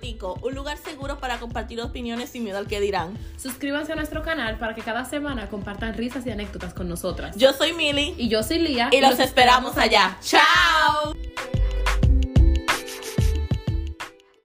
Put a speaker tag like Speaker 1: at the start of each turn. Speaker 1: México, un lugar seguro para compartir opiniones sin miedo al que dirán.
Speaker 2: Suscríbanse a nuestro canal para que cada semana compartan risas y anécdotas con nosotras.
Speaker 1: Yo soy Mili
Speaker 2: y yo soy Lía.
Speaker 1: y los esperamos allá. ¡Chao!